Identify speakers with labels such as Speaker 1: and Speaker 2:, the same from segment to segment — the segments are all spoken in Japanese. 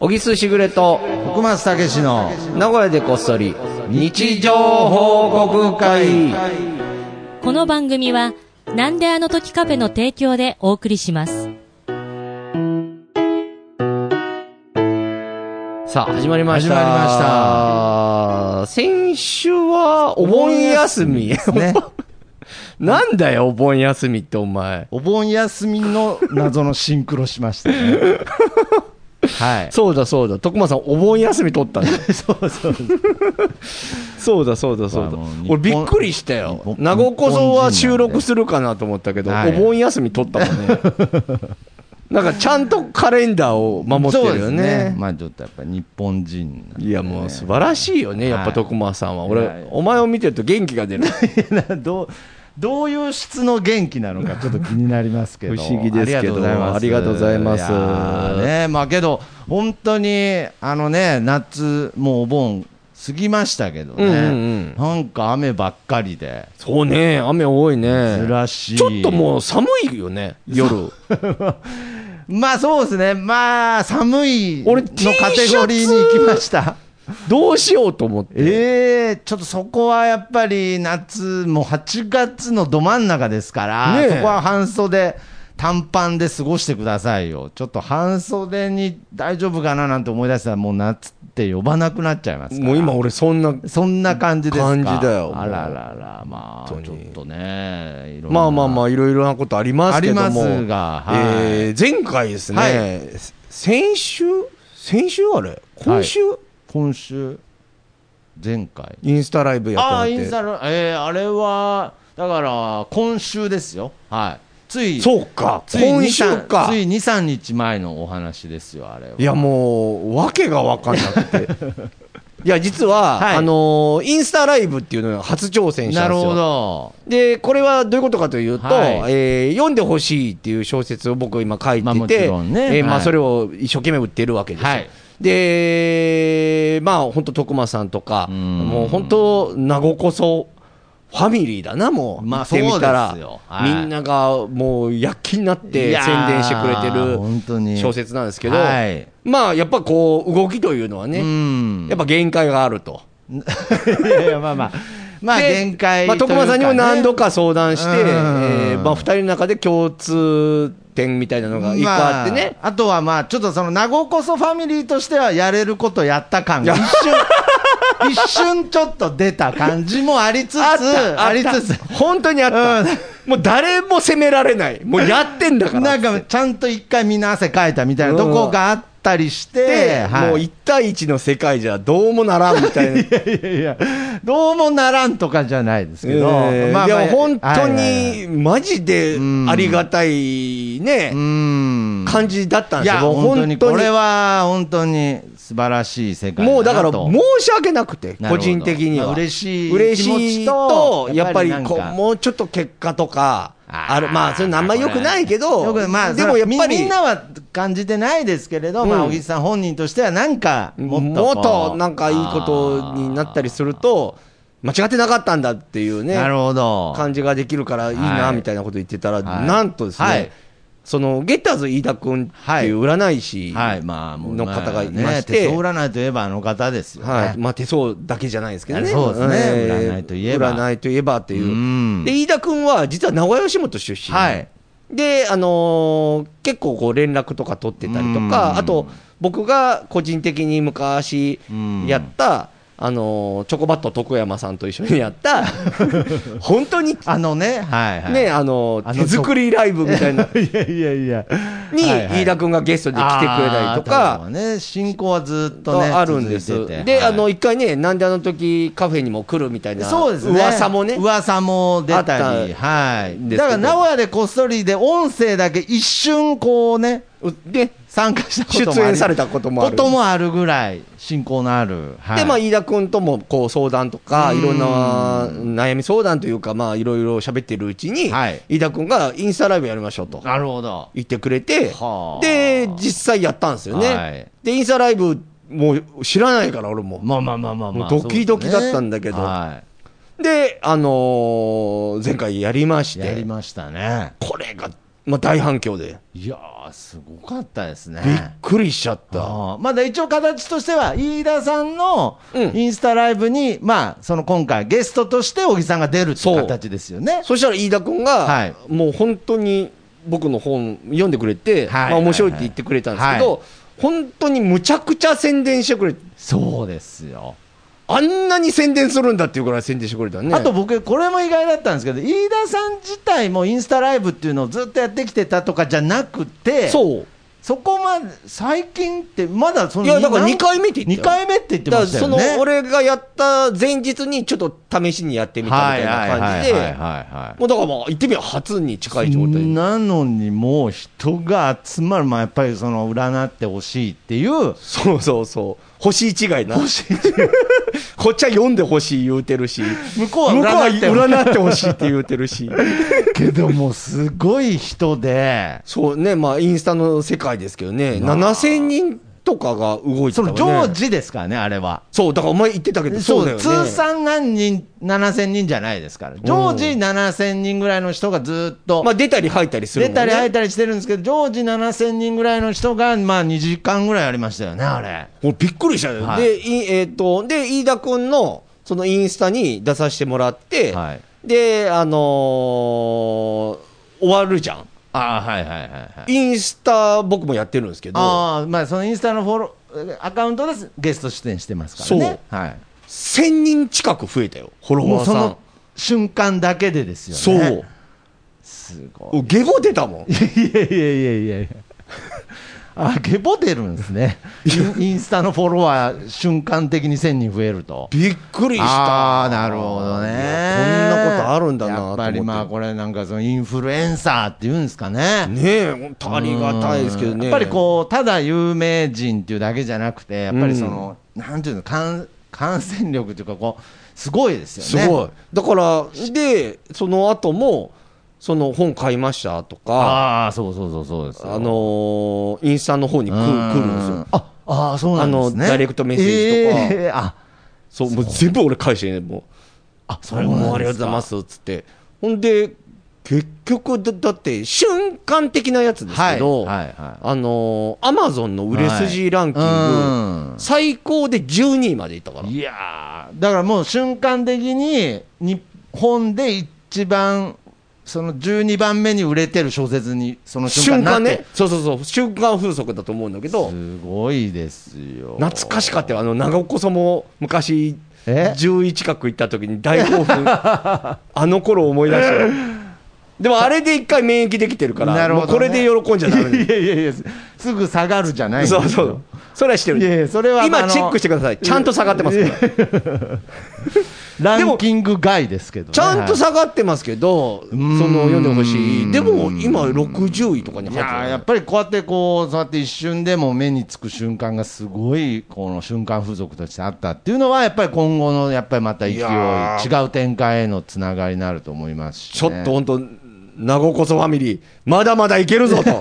Speaker 1: 小木すしぐれと、
Speaker 2: 奥松たけしの
Speaker 1: 名古屋でこっそり、日常報告会。
Speaker 3: この番組は、なんであの時カフェの提供でお送りします。
Speaker 1: さあ、始まりました。
Speaker 2: 始まりました
Speaker 1: ました。先週は、お盆休 み。
Speaker 2: ね。
Speaker 1: なんだよ、お盆休みってお前。
Speaker 2: お盆休みの謎のシンクロしまし たね。は
Speaker 1: そうだそうだ、徳間さんお盆休み取ったんだよ。
Speaker 2: い。そうそう。
Speaker 1: そうだそうだそうだ
Speaker 2: まあもう日。本
Speaker 1: 俺びっくりしたよ
Speaker 2: 日本。
Speaker 1: 名護小僧は収録するかなと思ったけど、
Speaker 2: はい
Speaker 1: お盆休み取ったも んね。なんかちゃんとカレンダーを守ってるよね。
Speaker 2: まあちょっとやっぱ日本人なんでね
Speaker 1: いやもう素晴らしいよね、やっぱ
Speaker 2: はい
Speaker 1: 徳間さんは。
Speaker 2: は
Speaker 1: 俺
Speaker 2: い、
Speaker 1: お前を見てると元気が出 る。
Speaker 2: どう、どういう質の元気なのかちょっと気になりますけど。
Speaker 1: 不思議ですけど
Speaker 2: ありがとうございます。
Speaker 1: ありがとうございます
Speaker 2: やーね、まあけど、本当に、あのね、夏、もうお盆過ぎましたけどね。
Speaker 1: うんうんうん
Speaker 2: なんか雨ばっかりで。
Speaker 1: そうね、雨多いね。
Speaker 2: 珍しい。
Speaker 1: ちょっともう寒いよね、夜。
Speaker 2: まあそうですね、まあ寒い
Speaker 1: 俺
Speaker 2: の
Speaker 1: T シャツ
Speaker 2: カテゴリーに行きました。
Speaker 1: どうしようと思って。
Speaker 2: ええちょっとそこはやっぱり夏、もう8月のど真ん中ですから、
Speaker 1: ねえ
Speaker 2: そこは半袖、短パンで過ごしてくださいよ。ちょっと半袖に大丈夫かななんて思い出したら、もう夏って呼ばなくなっちゃいますから。
Speaker 1: もう今俺そんな
Speaker 2: そんな感じですか
Speaker 1: 感じだよ
Speaker 2: あららら、まあ、ちょ
Speaker 1: 本
Speaker 2: っ
Speaker 1: 当に
Speaker 2: とね、いろんな
Speaker 1: まあまあまあ、いろいろなことありますけども。
Speaker 2: ありますがはい
Speaker 1: えー前回ですね、
Speaker 2: は
Speaker 1: 先週、先週あれ今週、
Speaker 2: 今週、前回、
Speaker 1: インスタライブやった
Speaker 2: あ
Speaker 1: のっ
Speaker 2: あ
Speaker 1: て
Speaker 2: インスタのえーあれはだから今週ですよはいつい
Speaker 1: そうか、
Speaker 2: つい
Speaker 1: 今
Speaker 2: 二
Speaker 1: 週
Speaker 2: 三
Speaker 1: か
Speaker 2: つ。い23日前のお話ですよあれはい
Speaker 1: やもう、わけがわかんなくて。いや、実は、
Speaker 2: はい
Speaker 1: あのーインスタライブっていうのが初挑戦した
Speaker 2: なんる
Speaker 1: ですよ。
Speaker 2: ほど
Speaker 1: で、これはどういうことかというと、
Speaker 2: はい
Speaker 1: えー読んでほしいっていう小説を僕今書い
Speaker 2: まあ
Speaker 1: て
Speaker 2: も
Speaker 1: て、
Speaker 2: ちろんね
Speaker 1: えーま
Speaker 2: は
Speaker 1: あ
Speaker 2: い
Speaker 1: それを一生懸命売ってるわけですよ。
Speaker 2: はい
Speaker 1: で、まあ本当徳間さんとか、
Speaker 2: うん
Speaker 1: もう本当名護こそ、ファミリーだな、もう。
Speaker 2: まあ
Speaker 1: 言ってみたら
Speaker 2: そうですよはい
Speaker 1: みんながもう躍起になって
Speaker 2: いや
Speaker 1: 宣
Speaker 2: ー
Speaker 1: 伝してくれてる
Speaker 2: 本当に
Speaker 1: 小説なんですけど、
Speaker 2: はい
Speaker 1: まあやっぱこう、動きというのは
Speaker 2: う
Speaker 1: ね、
Speaker 2: ん
Speaker 1: やっぱ限界があると。
Speaker 2: いやいやまあま あまあ
Speaker 1: で
Speaker 2: 限界
Speaker 1: まあ、徳間さんにも何度
Speaker 2: か
Speaker 1: か相談して、
Speaker 2: うん
Speaker 1: えーまあ、2人の中で共通点みたいなのが一個あってね、
Speaker 2: あ、あとはまあちょっとその名護こそファミリーとしてはやれることやった感
Speaker 1: い
Speaker 2: が一
Speaker 1: や
Speaker 2: 瞬一瞬ちょっと出た感じもありつつ
Speaker 1: あった
Speaker 2: ありつつ
Speaker 1: 本当にあった、
Speaker 2: うん
Speaker 1: もう誰も責められない、もうやってんだから
Speaker 2: なん
Speaker 1: っ
Speaker 2: か
Speaker 1: て
Speaker 2: ちゃんと一回みんな汗かいたみたいなとこがあったりし
Speaker 1: で
Speaker 2: て、はい
Speaker 1: もう1対1の世界じゃどうもならんみたいな。
Speaker 2: いやいや、どうもならんとかじゃないですけ ど、
Speaker 1: えー
Speaker 2: まあ
Speaker 1: で
Speaker 2: ま
Speaker 1: も
Speaker 2: あ
Speaker 1: 本当
Speaker 2: はいはいはい
Speaker 1: にマジでありがたいね
Speaker 2: う、ん
Speaker 1: 感じだったん
Speaker 2: い
Speaker 1: です
Speaker 2: や、
Speaker 1: よ、もう
Speaker 2: 本当に、これは本当に素晴らしい世界
Speaker 1: もうだから
Speaker 2: と
Speaker 1: 申し訳なくて、
Speaker 2: なるほ
Speaker 1: 個
Speaker 2: ど
Speaker 1: 人的に
Speaker 2: ま
Speaker 1: は。
Speaker 2: あ嬉しい
Speaker 1: 嬉しいと
Speaker 2: 気持ちと、
Speaker 1: やっぱり
Speaker 2: やっぱりなんか
Speaker 1: こうもうちょっと結果とか、
Speaker 2: あー
Speaker 1: あるまあ、それ、あんま良くないけ
Speaker 2: よ
Speaker 1: ど、
Speaker 2: くまあ、
Speaker 1: でもやっぱり、
Speaker 2: みみんなは感じてないですけれど、まあ、
Speaker 1: うん
Speaker 2: 小木さん本人としては、なんかもっと
Speaker 1: も
Speaker 2: こう、
Speaker 1: っとなんかいいことになったりすると、間違ってなかったんだっていうね、
Speaker 2: なるほど。
Speaker 1: 感じができるからいいな
Speaker 2: はい
Speaker 1: みたいなこと言ってたら、
Speaker 2: はい
Speaker 1: なんとですね、
Speaker 2: はい
Speaker 1: そのゲッターズ飯田君っていう占い師
Speaker 2: はい、まあ、もう
Speaker 1: の方がいま
Speaker 2: ね
Speaker 1: して、
Speaker 2: 手相占いといえばあの方ですよね。
Speaker 1: はい、まあ手相だけじゃないですけどね。
Speaker 2: そうですね
Speaker 1: ー
Speaker 2: 占いといえば
Speaker 1: 占いといえばっていうう。
Speaker 2: ん
Speaker 1: で、飯田君は実は名古屋吉本出身。
Speaker 2: はい
Speaker 1: で、あのー結構こう連絡とか取ってたりと
Speaker 2: う
Speaker 1: か、
Speaker 2: ん
Speaker 1: あと僕が個人的に昔
Speaker 2: うん
Speaker 1: やった、あのーチョコバット徳山さんと一緒にや った、本当に
Speaker 2: あのね、はいはい。
Speaker 1: ね、あの
Speaker 2: あの
Speaker 1: 手作りライブみ たい な
Speaker 2: いやいやいや。
Speaker 1: に、
Speaker 2: はいはい
Speaker 1: 飯田君がゲストで来てくれたりとか
Speaker 2: あー、多分ね、進行はずっと
Speaker 1: と
Speaker 2: ね、
Speaker 1: あるんです。
Speaker 2: 続いてて
Speaker 1: で、
Speaker 2: はい
Speaker 1: あの、一回ね、なんであの時カフェにも来るみたいな。
Speaker 2: そうですね。
Speaker 1: 噂もね。
Speaker 2: 噂も出たり。
Speaker 1: あっ
Speaker 2: はい。
Speaker 1: ですけど
Speaker 2: だから、名古屋でこっそりで、音声だけ一瞬こうね、
Speaker 1: で、
Speaker 2: 参加したこともあり
Speaker 1: 出演されたこともある
Speaker 2: こともあるぐらい、進行のある。はい
Speaker 1: で、まあ、飯田君とも、こう、相談とか、いろんな悩み相談というか、まあ、いろいろ喋ってるうちに、
Speaker 2: はい
Speaker 1: 飯田君がインスタライブやりましょうと
Speaker 2: なるほど。
Speaker 1: 言ってくれて
Speaker 2: は、あ
Speaker 1: で、実際やったんですよね。
Speaker 2: はい
Speaker 1: で、インスタライブ、もう知らないから、俺も。
Speaker 2: まあまあまあまあまあ。
Speaker 1: もうドキドキだったんだけど
Speaker 2: そうですねはい
Speaker 1: で、あのー前回やりまして。
Speaker 2: やりましたね。
Speaker 1: これがまあ、大反響で。
Speaker 2: いやー、すごかったですね。
Speaker 1: びっくりしちゃった。
Speaker 2: あーまだ一応形としては、飯田さんの
Speaker 1: うん
Speaker 2: インスタライブに、まあ、その今回ゲストとして小木さんが出るって
Speaker 1: そう
Speaker 2: 形ですよね。
Speaker 1: そしたら飯田君が、
Speaker 2: はい
Speaker 1: もう本当に僕の本読んでくれて、
Speaker 2: はい
Speaker 1: まあ、面白いって言ってくれたんですけど、
Speaker 2: は
Speaker 1: 本当にむちゃくちゃ宣伝してくれて、
Speaker 2: そうですよ。
Speaker 1: あんなに宣伝するんだっていうぐらい宣伝してくれたね。
Speaker 2: あと僕、これも意外だったんですけど、飯田さん自体もインスタライブっていうのをずっとやってきてたとかじゃなくて、
Speaker 1: そう。
Speaker 2: そこまで、最近って、まだその、
Speaker 1: いやだから二回目って言って
Speaker 2: 2
Speaker 1: たよ
Speaker 2: 回目って言って
Speaker 1: だか
Speaker 2: ま
Speaker 1: ら
Speaker 2: した
Speaker 1: そ
Speaker 2: よ
Speaker 1: の
Speaker 2: ね。
Speaker 1: 俺がやった前日にちょっと試しにやってみたみたいな感じ
Speaker 2: はいはい
Speaker 1: で、
Speaker 2: はいはいはい
Speaker 1: もうだからまあ言ってみれば初に近い状態で
Speaker 2: なのにもう人が集まる、まあ、やっぱりその占ってほしいっていう、
Speaker 1: そうそうそう。星違いな。 こっちは読んでほしい言うてるし。
Speaker 2: 向こうは占って
Speaker 1: 向こうは占ってほしいって言うてるし。
Speaker 2: けどもうすごい人で、
Speaker 1: そうね、まあインスタの世界ですけどね、7000人とかが動いて
Speaker 2: そ
Speaker 1: た
Speaker 2: の
Speaker 1: よね。
Speaker 2: 常時ですからね、あれは。
Speaker 1: そう、だからお前言ってたけど、そうだよね。
Speaker 2: 通算何人、7000人じゃないですから、常時7000人ぐらいの人がずっと、
Speaker 1: まあ出たり入ったりする
Speaker 2: 出
Speaker 1: もんね。
Speaker 2: たり入ったりしてるんですけど、常時7000人ぐらいの人が、まあ、2時間ぐらいありましたよね、あれ。
Speaker 1: 俺びっくりしたよ、
Speaker 2: はい
Speaker 1: でいえー、とで飯田君のそのインスタに出させてもらって、
Speaker 2: はい
Speaker 1: であのー終わるじゃん
Speaker 2: ああ、はいはいはい、はい。
Speaker 1: インスタ僕もやってるんですけど
Speaker 2: ああ、まあ、そのインスタのフォロー、アカウントですゲスト出演してますからね。はい。
Speaker 1: 1000人近く増えたよフォロ
Speaker 2: も
Speaker 1: ワ
Speaker 2: う
Speaker 1: ーさ
Speaker 2: そ
Speaker 1: ん
Speaker 2: の瞬間だけでです
Speaker 1: そ
Speaker 2: よ
Speaker 1: う,、
Speaker 2: ね。。すごい。
Speaker 1: ゲゴ出たもん
Speaker 2: いやいやいやいやいや。あ、ゲボ出るんですね。インインスタのフォロワー瞬間的に1000人増えると。
Speaker 1: びっくりした
Speaker 2: ああ、なるほど
Speaker 1: い
Speaker 2: ね。
Speaker 1: やこんなことあるんだなと思
Speaker 2: やっ
Speaker 1: って
Speaker 2: ぱりまあ、これなんかそのインフルエンサーっていうんですかね。
Speaker 1: ねえ本当ありがたいですけどね
Speaker 2: やっぱりこうただ有名人っていうだけじゃなくてやっぱりその、なんていうの感感染力というかこうすごいですよ
Speaker 1: す
Speaker 2: ね
Speaker 1: ごい。だから、で、その後も、その本買いましたとか、
Speaker 2: ああそうそうそうそうです
Speaker 1: あのーインスタの方に来る来るんですよ。
Speaker 2: ああーそうなんです
Speaker 1: あ
Speaker 2: ね
Speaker 1: のダイレクトメッセージとか
Speaker 2: えーあ
Speaker 1: そう、もう全部俺返してね、もう。
Speaker 2: あそ
Speaker 1: あ
Speaker 2: う
Speaker 1: れ
Speaker 2: なんです
Speaker 1: も
Speaker 2: か
Speaker 1: うありがとうございます、つって。ほんで、結局だ、だって、瞬間的なやつですけど、
Speaker 2: はいはいはい
Speaker 1: あのーアマゾンの売れ筋ランキング、
Speaker 2: はいうん
Speaker 1: 最高で12位までいったから。
Speaker 2: いやーだからもう瞬間的に日本で一番その12番目に売れてる小説にその瞬
Speaker 1: 瞬
Speaker 2: 間
Speaker 1: 間
Speaker 2: になって
Speaker 1: ね。そうそうそう、瞬間風速だと思うんだけど、
Speaker 2: すごいですよ
Speaker 1: 懐かしかったよ、あの長岡さんも昔、
Speaker 2: え
Speaker 1: 11角行った時に大興 奮、あの頃思い出したよでもあれで一回免疫できてるから、
Speaker 2: なるほ
Speaker 1: もう
Speaker 2: どね
Speaker 1: これで喜んじゃダメ
Speaker 2: いやいやいや、すすぐ下がるじゃ ないんです
Speaker 1: そ
Speaker 2: よ
Speaker 1: うそう、それはしてる、
Speaker 2: いやいやそれはあ
Speaker 1: 今、
Speaker 2: の
Speaker 1: チェックしてください、ちゃんと下がってますから、
Speaker 2: ランキング外ですけどね、
Speaker 1: ちゃんと
Speaker 2: は
Speaker 1: 下がってますけど、そ
Speaker 2: ん
Speaker 1: の読んでほしい、でも今、60位とかに
Speaker 2: い、い
Speaker 1: 入って
Speaker 2: やーや
Speaker 1: る
Speaker 2: っぱりこうやってこう、そうやって一瞬でも目につく瞬間がすごい、この瞬間風俗としてあったっていうのは、やっぱり今後のやっぱりまた勢い、
Speaker 1: い
Speaker 2: 違
Speaker 1: やー
Speaker 2: う展開へのつながりになると思いますし、
Speaker 1: ちょっと本当、長岡さんファミリー、まだまだいけるぞと。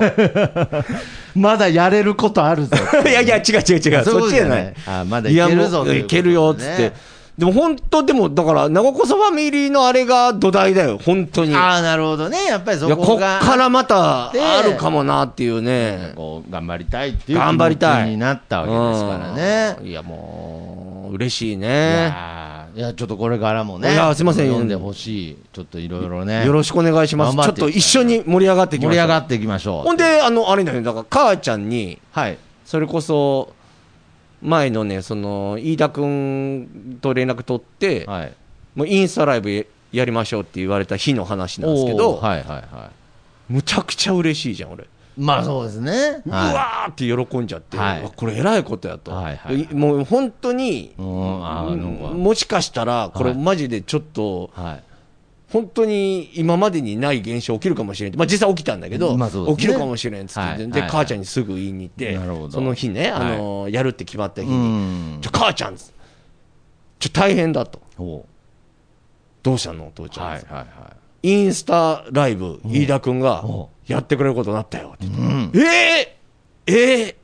Speaker 2: まだやれること あるぞ。
Speaker 1: いやいや、違う違う違う、
Speaker 2: そういうこ
Speaker 1: そ
Speaker 2: と
Speaker 1: っち
Speaker 2: じ
Speaker 1: じ
Speaker 2: ゃ
Speaker 1: ゃ
Speaker 2: な
Speaker 1: ないい。
Speaker 2: あまだいける
Speaker 1: い
Speaker 2: ぞ
Speaker 1: やもう
Speaker 2: ということでね
Speaker 1: いけるよっつって。でも本当、でも、だから、長子さんファミリーのあれが土台だよ、本当に。いや、
Speaker 2: ああ、なるほどね、やっぱりそ
Speaker 1: こ
Speaker 2: こ
Speaker 1: っ
Speaker 2: が、
Speaker 1: からまたあるかもなっていうね。
Speaker 2: こう頑張りたいっていう気
Speaker 1: 頑張りたい。
Speaker 2: 持ちになったわけですからね。
Speaker 1: うん。いや、もう、嬉しい
Speaker 2: い
Speaker 1: ね。
Speaker 2: やーいやちょっとこれからもね、
Speaker 1: いやすいません
Speaker 2: 読んでほしい、ちょっといろいろね、
Speaker 1: よろしくお願いします。
Speaker 2: 頑
Speaker 1: ちょ
Speaker 2: 張っ
Speaker 1: って
Speaker 2: い
Speaker 1: と
Speaker 2: きたい
Speaker 1: 一緒に盛り上がっていき
Speaker 2: 盛
Speaker 1: まし
Speaker 2: り
Speaker 1: ょ
Speaker 2: 上
Speaker 1: う
Speaker 2: がっていきましょう。
Speaker 1: ほんで、あの、あれだよね、だから、母ちゃんに、
Speaker 2: はい、
Speaker 1: それこそ、前のね、その、飯田くんと連絡取って、
Speaker 2: はい、
Speaker 1: もうインスタライブやりましょうって言われた日の話なんですけど、
Speaker 2: おーはいはいは
Speaker 1: むちゃくちゃ嬉しいじゃん、俺。
Speaker 2: い、まあそうですね、
Speaker 1: う
Speaker 2: は
Speaker 1: わーって喜んじゃって、
Speaker 2: はい
Speaker 1: わこれ、偉いことやと、
Speaker 2: はいはいはい
Speaker 1: もう本当に、
Speaker 2: い、うん、あーなんか
Speaker 1: もしかしたら、こ
Speaker 2: は
Speaker 1: れ、
Speaker 2: い
Speaker 1: マジでちょっと、
Speaker 2: はい、
Speaker 1: 本当に今までにない現象起きるかもしれんって、まあ、実際起きたんだけど、
Speaker 2: まあそうですね
Speaker 1: 起きるかもしれんっつって、
Speaker 2: はい
Speaker 1: で
Speaker 2: はい
Speaker 1: 母ちゃんにすぐ言いに行って、
Speaker 2: なるほど
Speaker 1: その日ね、あのやるって決まった日
Speaker 2: う
Speaker 1: に、
Speaker 2: ん
Speaker 1: ちょ母ちゃん、ちょ大変だと、
Speaker 2: お
Speaker 1: どうしたの、父ちゃん、
Speaker 2: はいはいは
Speaker 1: インスタライブ、飯田君が
Speaker 2: おう
Speaker 1: やってくれることになったよって言
Speaker 2: い、うん、
Speaker 1: って、えー、えー、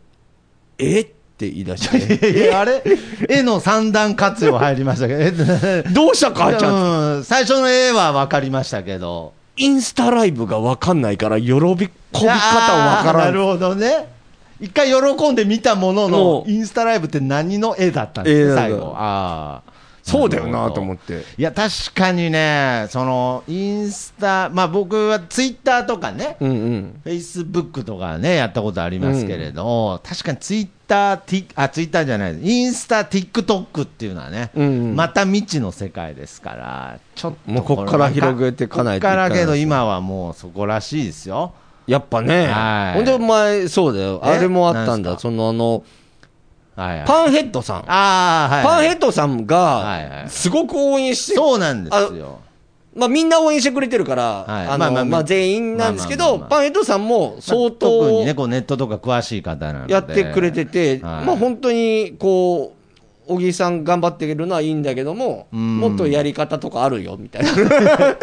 Speaker 1: えー、って言い出 して、
Speaker 2: えあれ、絵の三段活用入りましたけど、え
Speaker 1: どうした母ちゃん
Speaker 2: うん、最初の絵は分かりましたけど、
Speaker 1: インスタライブがわかんないから、喜び、こび方わか
Speaker 2: あー
Speaker 1: ら。
Speaker 2: なんるほどね。一回喜んで見たもの
Speaker 1: も
Speaker 2: の、
Speaker 1: う
Speaker 2: インスタライブって何の絵だったんです
Speaker 1: 絵
Speaker 2: か、
Speaker 1: なん
Speaker 2: 最
Speaker 1: だ
Speaker 2: 後。ああ。
Speaker 1: そうだよなと思
Speaker 2: って
Speaker 1: って。
Speaker 2: いや、確かにね、その、インスタ、まあ僕はツイッターとかね、
Speaker 1: うんうん。
Speaker 2: フェイスブックとかね、やったことありますけれど、確かにツイッター、ティあ、ツイッターじゃない、インスタ、ティックトックっていうのはね、
Speaker 1: うんうん
Speaker 2: また未知の世界ですから、ちょっと
Speaker 1: もうこっから広げてかないと
Speaker 2: こっからけ
Speaker 1: い
Speaker 2: ど、
Speaker 1: けない
Speaker 2: 今はもうそこらしいですよ。
Speaker 1: やっぱね
Speaker 2: は。い
Speaker 1: ほんで、お前、そうだよ。
Speaker 2: え
Speaker 1: あれもあったん
Speaker 2: なんす
Speaker 1: だ。
Speaker 2: か
Speaker 1: その、あの、
Speaker 2: はいはい、
Speaker 1: パンヘッドさん。
Speaker 2: ああ、はい、
Speaker 1: パンヘ
Speaker 2: ド
Speaker 1: ッドさん
Speaker 2: はいは
Speaker 1: が、
Speaker 2: い
Speaker 1: すごく応援して、
Speaker 2: そうなんですよ。
Speaker 1: まあみんな応援してくれてるから、
Speaker 2: はい
Speaker 1: あの
Speaker 2: まあまあまあ
Speaker 1: まあ全員なんですけ
Speaker 2: まあま
Speaker 1: ど、
Speaker 2: あまあまあ
Speaker 1: パンヘッドさんも相
Speaker 2: まあ特
Speaker 1: 当
Speaker 2: にね、こうネットとか詳しい方なので。
Speaker 1: やってくれてて、
Speaker 2: はい
Speaker 1: まあ本当にこう、小木さん頑張ってるのはいいんだけども、
Speaker 2: ん
Speaker 1: もっとやり方とかあるよ、みたいな。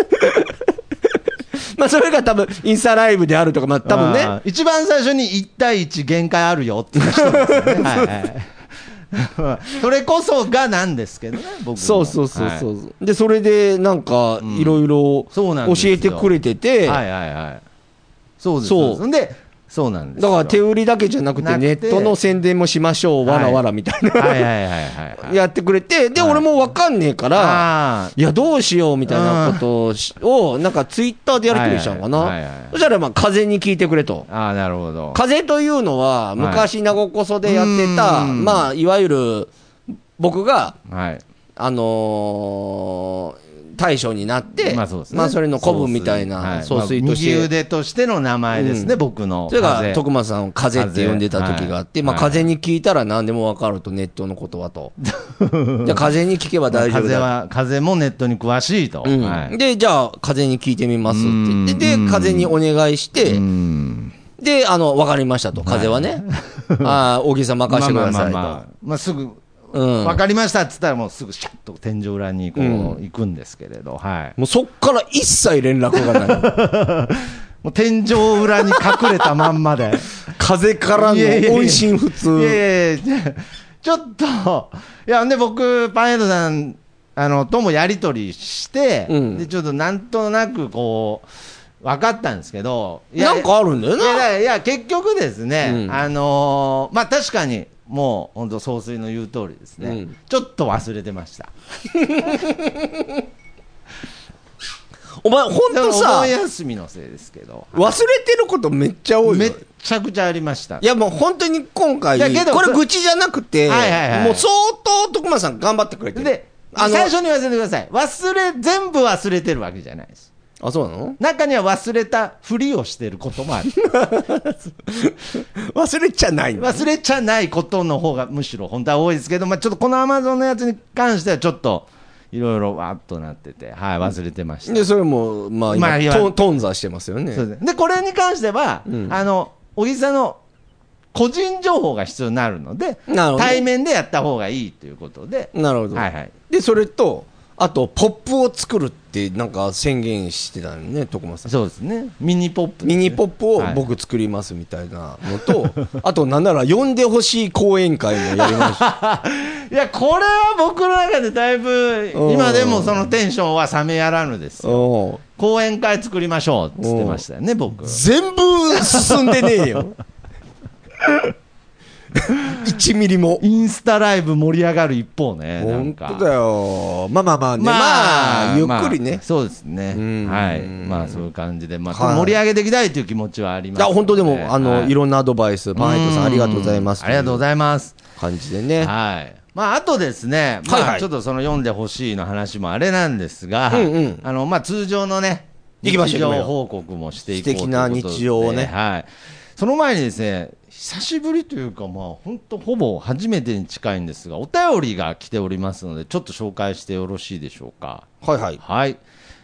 Speaker 1: まあそれが多分、インスタライブであるとか、まあ多分
Speaker 2: あ
Speaker 1: ね
Speaker 2: ー、一番最初に1対1限界あるよっていう人ですよね。はいはい それこそがなんですけどね、僕も。
Speaker 1: そうそうそうそうう、で、それでなんか、いろいろ
Speaker 2: そうなん
Speaker 1: 教
Speaker 2: です
Speaker 1: え
Speaker 2: よ
Speaker 1: てくれてて、
Speaker 2: はいはいはいはい。そうです。
Speaker 1: そう
Speaker 2: そうですんで、そうなんです
Speaker 1: だ
Speaker 2: よ。
Speaker 1: から手売りだけじゃなくて、
Speaker 2: なく
Speaker 1: ネ
Speaker 2: て
Speaker 1: ットの宣伝もしましょう、わらわらみたいな、
Speaker 2: はいはいはいはいは い。
Speaker 1: やってくれて、で、
Speaker 2: はい
Speaker 1: 俺もわかんねえから、
Speaker 2: あ
Speaker 1: いや、どうしようみたいなことをしを、なんかツイッターでやり取りしたのか
Speaker 2: はいはいは
Speaker 1: な
Speaker 2: いは。い
Speaker 1: そしたら、まあ、風に聞いてくれと
Speaker 2: ー。あー、なるほど。
Speaker 1: 風というのは、昔、名古こそでやってた、
Speaker 2: うん
Speaker 1: まあ、いわゆる、僕が、
Speaker 2: はい。
Speaker 1: あのー大将になって、
Speaker 2: まあそうですね。
Speaker 1: まあ、それの古文みたいな、
Speaker 2: 総
Speaker 1: 総帥
Speaker 2: 帥はいまあ
Speaker 1: として。
Speaker 2: 右腕としての名前ですね、
Speaker 1: うん
Speaker 2: 僕の。
Speaker 1: それが
Speaker 2: 風
Speaker 1: 徳間さんを風って呼んでた時があって、
Speaker 2: 風
Speaker 1: まあ
Speaker 2: はい
Speaker 1: 風に聞いたら何でも分かると、ネットのことは と。じゃあ風に聞けば大丈夫
Speaker 2: 風
Speaker 1: だ。
Speaker 2: は、風もネットに詳しいと。
Speaker 1: うん
Speaker 2: はい。
Speaker 1: で、じゃあ風に聞いてみますって言って、
Speaker 2: うん
Speaker 1: で、風にお願いして
Speaker 2: う、ん
Speaker 1: で、あの、分かりましたと、風はね。 ああ、大木さん任せてください
Speaker 2: まあまあまあ
Speaker 1: と
Speaker 2: まあ。まあすぐ、
Speaker 1: うん
Speaker 2: 分かりましたっつったら、もうすぐシャッと天井裏にこう
Speaker 1: う
Speaker 2: 行くんですけれど、はい。
Speaker 1: もうそっから一切連絡が ない。
Speaker 2: もう天井裏に隠れたまんまで。
Speaker 1: 風から
Speaker 2: いやいやいや
Speaker 1: の音信不
Speaker 2: い
Speaker 1: 通。
Speaker 2: やいやいやちょっと、いや、で、僕、パンエドさん、あの、ともやりとりして、
Speaker 1: うん
Speaker 2: で、ちょっとなんとなくこう、分かったんですけど、いや
Speaker 1: なんかあるんだよ
Speaker 2: いやだか
Speaker 1: な。
Speaker 2: らいや結局ですね、
Speaker 1: うん
Speaker 2: あのーまあ確かにもう本当総帥の言う通りですね、
Speaker 1: うん
Speaker 2: ちょっと忘れてました
Speaker 1: お前ほん
Speaker 2: でも
Speaker 1: とさ
Speaker 2: お盆、休みのせいですけど
Speaker 1: 忘れてることめっちゃ多い
Speaker 2: め
Speaker 1: よ
Speaker 2: っ。ちゃくちゃありました
Speaker 1: いやもう本当に今回、
Speaker 2: いやけど
Speaker 1: これ愚痴じゃなくて、
Speaker 2: はいはいはい
Speaker 1: もう相当徳間さん頑張ってくれてる。
Speaker 2: で
Speaker 1: あの
Speaker 2: 最初に忘れてください忘れ全部忘れてるわけじゃないです
Speaker 1: あ、そうなの
Speaker 2: 中には忘れたふりをしてるこ ともある
Speaker 1: 忘れちゃないんだ
Speaker 2: 忘れちゃないことの方がむしろ本当は多いですけど、まあ、ちょっとこのアマゾンのやつに関してはちょっといろいろわーっとなっててはい忘れてました
Speaker 1: で、それも、まあ今、
Speaker 2: まあ今
Speaker 1: と頓挫してますよね。
Speaker 2: そうですねでこれに関しては、
Speaker 1: うん
Speaker 2: あの小木さんの個人情報が必要になるので
Speaker 1: なるほど
Speaker 2: 対面でやった方がいいということで、
Speaker 1: なるほど。
Speaker 2: はいはい
Speaker 1: で、それと、あと、ポップを作るってなんか宣言してたのね、徳間さん。
Speaker 2: そうですねミニポップ、
Speaker 1: ミニポップを
Speaker 2: はい
Speaker 1: 僕作りますみたいなのと、 あと、なんなら呼んでほしい講演会もやりま した。
Speaker 2: いやこれは僕の中でだいぶ
Speaker 1: うん
Speaker 2: 今でもそのテンションは冷めやらぬです
Speaker 1: うん
Speaker 2: 講演会作りましょうっつってましたよね僕
Speaker 1: 全部進んでねえよ。1ミリも。
Speaker 2: インスタライブ盛り上がる一方ねなん
Speaker 1: 本
Speaker 2: か
Speaker 1: 当だよ。まあまあまあね。まあ、ゆっくり
Speaker 2: ま
Speaker 1: ね
Speaker 2: あ。そうですね
Speaker 1: うん
Speaker 2: はいまあそういう感じでま
Speaker 1: は
Speaker 2: あ
Speaker 1: い
Speaker 2: 盛り上げていきたいという気持ちはあり
Speaker 1: い
Speaker 2: ます
Speaker 1: や、
Speaker 2: の
Speaker 1: 本当でも、あ
Speaker 2: は
Speaker 1: の、
Speaker 2: い
Speaker 1: いろんなアドバイス、バイトさんありがとうございます。
Speaker 2: ありがとうご
Speaker 1: い
Speaker 2: ざいます。
Speaker 1: ます。感じでね。
Speaker 2: はい。まあ、あとですね、まあ、
Speaker 1: はいはい
Speaker 2: ちょっとその読んでほしいの話もあれなんですが、
Speaker 1: うんうん
Speaker 2: あの、まあ、通常のね、
Speaker 1: 行きましょう
Speaker 2: 日常報告もしていこうということで
Speaker 1: 素敵な日常をね
Speaker 2: はい。その前にですね、久しぶりというか、まあ、本当ほぼ初めてに近いんですが、お便りが来ておりますので、ちょっと紹介してよろしいでしょうか。
Speaker 1: はいはい。
Speaker 2: はい。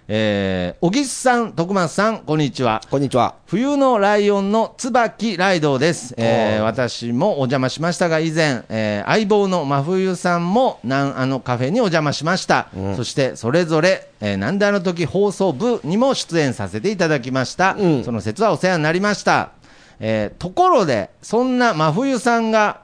Speaker 2: えー、小木さん、徳松さん、こんにちは。
Speaker 1: こんにちは。
Speaker 2: 冬のライオンの椿ライドウです、えー私もお邪魔しましたが以前、えー相棒の真冬さんもなんあのカフェにお邪魔しました、そしてそれぞれ、えーなんであの時放送部にも出演させていただきました、
Speaker 1: うん
Speaker 2: その説はお世話になりました、えーところでそんな真冬さんが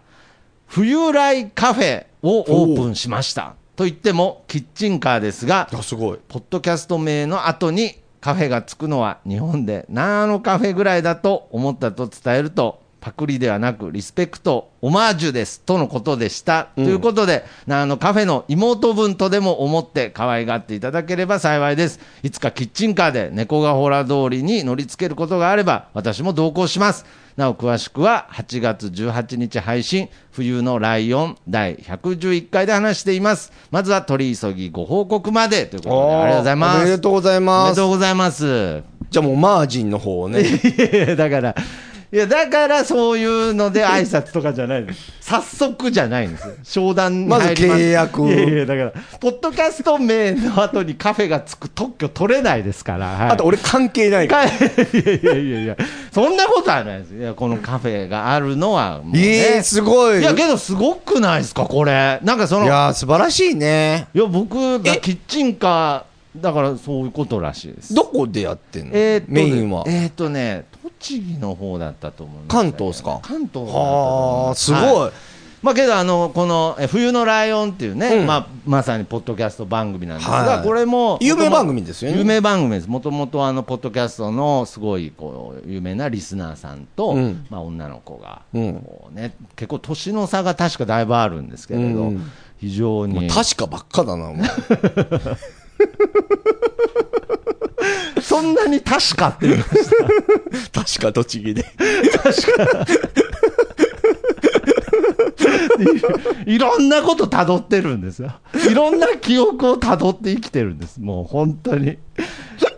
Speaker 2: 冬来カフェをオープンしましたと言ってもキッチンカーですが
Speaker 1: あ、すごい。
Speaker 2: ポッドキャスト名の後に、カフェがつくのは日本で何あのカフェぐらいだと思ったと伝えると、パクリではなくリスペクト、オマージュですとのことでした。ということで、何あのカフェの妹分とでも思って可愛がっていただければ幸いです。いつかキッチンカーで猫がほら通りに乗りつけることがあれば、私も同行します。なお詳しくは8月18日配信、冬のライオン第111回で話しています。まずは取り急ぎご報告までということで、ありがとうございます。
Speaker 1: おめでとうござい
Speaker 2: おめ
Speaker 1: ま
Speaker 2: ですと。うございます。
Speaker 1: じゃあもうマージンの方をね。
Speaker 2: いやいやだから、いや、だからそういうので挨拶とかじゃないです。早速じゃないんですよ。商談に入り
Speaker 1: まず契約を
Speaker 2: いやいや、だから、ポッドキャスト名の後にカフェがつく特許取れないですから。はい
Speaker 1: あと俺関係ないから。
Speaker 2: かいやいやいやいや、そんなことはないです。いや、このカフェがあるのはもう、
Speaker 1: え
Speaker 2: ね。
Speaker 1: え、すごい。
Speaker 2: いや、けどすごくないですか、これ。なんかその、
Speaker 1: い
Speaker 2: いや、
Speaker 1: やー素晴らしいね。
Speaker 2: 僕、キ
Speaker 1: え
Speaker 2: ッチンカー、だからそういうことらしいです。
Speaker 1: どこでやってんの
Speaker 2: えーっとね
Speaker 1: メインは。
Speaker 2: えーっとね、栃木の方だったと思うんすよ
Speaker 1: 関東っすか
Speaker 2: 関東だったと思い
Speaker 1: は
Speaker 2: ま
Speaker 1: あ、すご。
Speaker 2: はいまあ、けどあの、このえ冬のライオンっていうね、
Speaker 1: うん
Speaker 2: まあ、まさにポッドキャスト番組なんですが、
Speaker 1: はい
Speaker 2: これも
Speaker 1: 有名番組ですよね
Speaker 2: 有名番組です、もともとあのポッドキャストのすごいこう有名なリスナーさんと、
Speaker 1: うん
Speaker 2: まあ、女の子が、
Speaker 1: うん
Speaker 2: こうね、結構、年の差が確かだいぶあるんですけれど、
Speaker 1: うん
Speaker 2: 非常
Speaker 1: もう
Speaker 2: に。
Speaker 1: 確かばっかだな、お前。
Speaker 2: そんなに確かっていう
Speaker 1: 確か栃木で。
Speaker 2: いろんなこと辿ってるんですよ。いろんな記憶を辿って生きてるんです。もう本当に。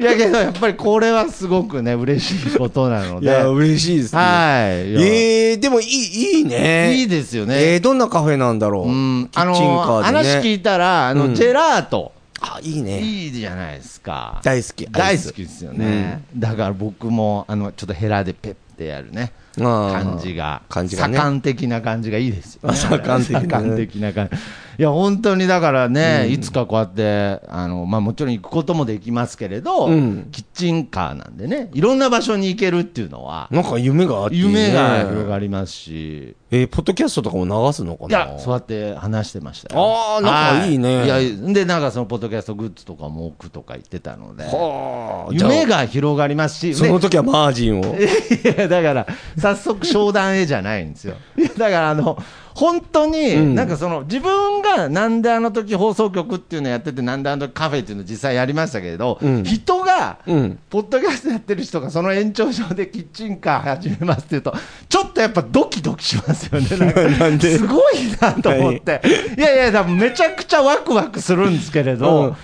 Speaker 2: いやけど、やっぱりこれはすごくね、嬉しいことなの
Speaker 1: い
Speaker 2: で。
Speaker 1: や、嬉しいですね。
Speaker 2: はい。いや
Speaker 1: ええでもいい、いいね。
Speaker 2: いいですよ
Speaker 1: え
Speaker 2: ね。
Speaker 1: ーどんなカフェなんだろう。
Speaker 2: うん。
Speaker 1: キ
Speaker 2: あ
Speaker 1: ッチンカ
Speaker 2: の、
Speaker 1: ーでね。
Speaker 2: 話聞いたら、あ
Speaker 1: う
Speaker 2: の、
Speaker 1: ん
Speaker 2: ジェラート。
Speaker 1: あ、いいね。
Speaker 2: いいじゃないですか。
Speaker 1: 大好き。ア
Speaker 2: 大
Speaker 1: イス
Speaker 2: 好きですよね。だから僕も、あの、ちょっとヘラでペッてやるね。
Speaker 1: あー
Speaker 2: 感じが。
Speaker 1: 感じがね
Speaker 2: 左官的な感じがいいです よ、ね。
Speaker 1: 左官的なね
Speaker 2: 左官的な感じ。いや、本当にだからね、いつかこうやって、あの、まあもちろん行くこともできますけれど、
Speaker 1: うん
Speaker 2: キッチンカーなんでね、いろんな場所に行けるっていうのは、
Speaker 1: なんか夢があっていいね、
Speaker 2: 夢が広がりますし、
Speaker 1: えーポッドキャストとかも流すのか
Speaker 2: い
Speaker 1: な
Speaker 2: や、そうやって話してました
Speaker 1: あーなんかいいね
Speaker 2: はいいや、で、なんかそのポッドキャストグッズとかも置くとか言ってたので、
Speaker 1: はあじ
Speaker 2: 夢
Speaker 1: ゃ
Speaker 2: が広がりますし、
Speaker 1: あそ
Speaker 2: ね
Speaker 1: の時はマージンを。
Speaker 2: いや、だから、早速商談へじゃないんですよ。いや、だから、あの、本当に、
Speaker 1: ん
Speaker 2: なんかその、自分がなんであの時放送局っていうのやってて、なんであの時カフェっていうの実際やりましたけれど、
Speaker 1: うん
Speaker 2: 人が、
Speaker 1: うん
Speaker 2: ポッドキャストやってる人がその延長上でキッチンカー始めますっていうと、ちょっとやっぱドキドキしますよね。なんか
Speaker 1: なんです
Speaker 2: ごいなと思って。いやいや、だからめちゃくちゃワクワクするんですけれど、
Speaker 1: うん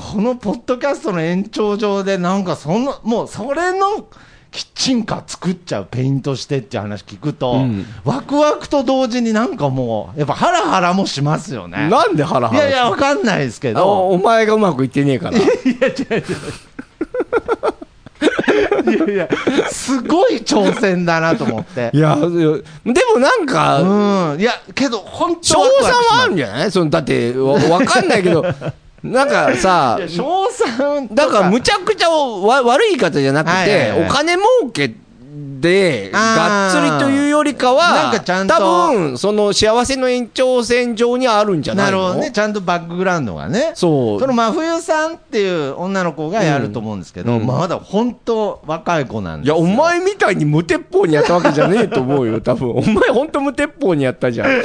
Speaker 2: このポッドキャストの延長上で、なんかその、もうそれのキッチンカー作っちゃう、ペイントしてっていう話聞くと、
Speaker 1: うん
Speaker 2: ワクワクと同時になんかもう、やっぱハラハラもしますよね。
Speaker 1: なんでハラ
Speaker 2: い
Speaker 1: ハラ
Speaker 2: やいや、わかんないですけ
Speaker 1: あ
Speaker 2: ど。
Speaker 1: お前がうまくいってねえから。
Speaker 2: いやいや、すごい挑戦だなと思って
Speaker 1: い。や、でもなんか、
Speaker 2: うん、いや、けど、本
Speaker 1: 賞
Speaker 2: 当
Speaker 1: 賛
Speaker 2: ワクワクします
Speaker 1: はあるんじゃないそのだってわわかんない けどなんかさ
Speaker 2: いや賞賛と
Speaker 1: だからむちゃくちゃわ悪い言い方じゃなくて、
Speaker 2: はいはいはい
Speaker 1: お金儲けでが
Speaker 2: あ
Speaker 1: っ
Speaker 2: ー
Speaker 1: つりというよりかは
Speaker 2: なんかちゃんと
Speaker 1: 多分その幸せの延長線上にあるんじゃな
Speaker 2: ないるほ
Speaker 1: の
Speaker 2: どね、ちゃんとバックグラウンドがね、
Speaker 1: そう
Speaker 2: の真冬さんっていう女の子がやると思うんですけど、
Speaker 1: うんうん
Speaker 2: まあまだ本当、若い子なん
Speaker 1: い
Speaker 2: です
Speaker 1: や
Speaker 2: よ。
Speaker 1: お前みたいに無鉄砲にやったわけじゃねえと思 うよ多分お前ほんと無鉄砲にやったじゃん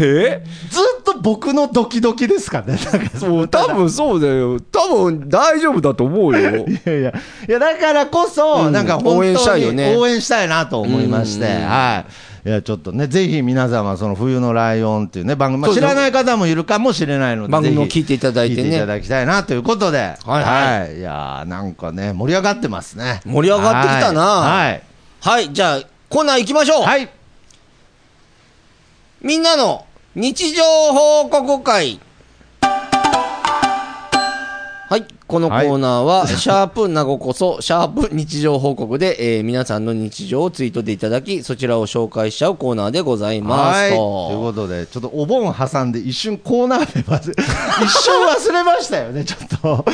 Speaker 1: え
Speaker 2: ずっと僕のドキドキですかね、なんか
Speaker 1: そう多分そうだよ多分大丈夫だと思 うよ
Speaker 2: いやいや、いやだからこそ、
Speaker 1: うん
Speaker 2: なんか本当
Speaker 1: 応援
Speaker 2: に
Speaker 1: したいよね
Speaker 2: 応援したいなと思いまして、
Speaker 1: うんうん
Speaker 2: はい。いや、ちょっとね、ぜひ皆様、その冬のライオンっていうね、番組、まあ
Speaker 1: そう
Speaker 2: 知
Speaker 1: ですね
Speaker 2: らない方もいるかもしれないので、
Speaker 1: 番組を
Speaker 2: ぜひ
Speaker 1: 聞いていただいてね
Speaker 2: 聞いていただきたいなということで、
Speaker 1: はいはい
Speaker 2: い。いやーなんかね、盛り上がってますね。
Speaker 1: 盛り上がってきたな
Speaker 2: はい。
Speaker 1: はい、じゃあ、コーナー行きましょう。
Speaker 2: はい。はい
Speaker 1: みんなの日常報告会。はい。このコーナーは、 シャープなごこそ、シャープ日常報告で、えー皆さんの日常をツイートでいただき、そちらを紹介しちゃうコーナーでございます。
Speaker 2: という
Speaker 1: と
Speaker 2: ことで、ちょっとお盆挟んで一瞬コーナー名忘れ、 一瞬忘れましたよね、ちょっと。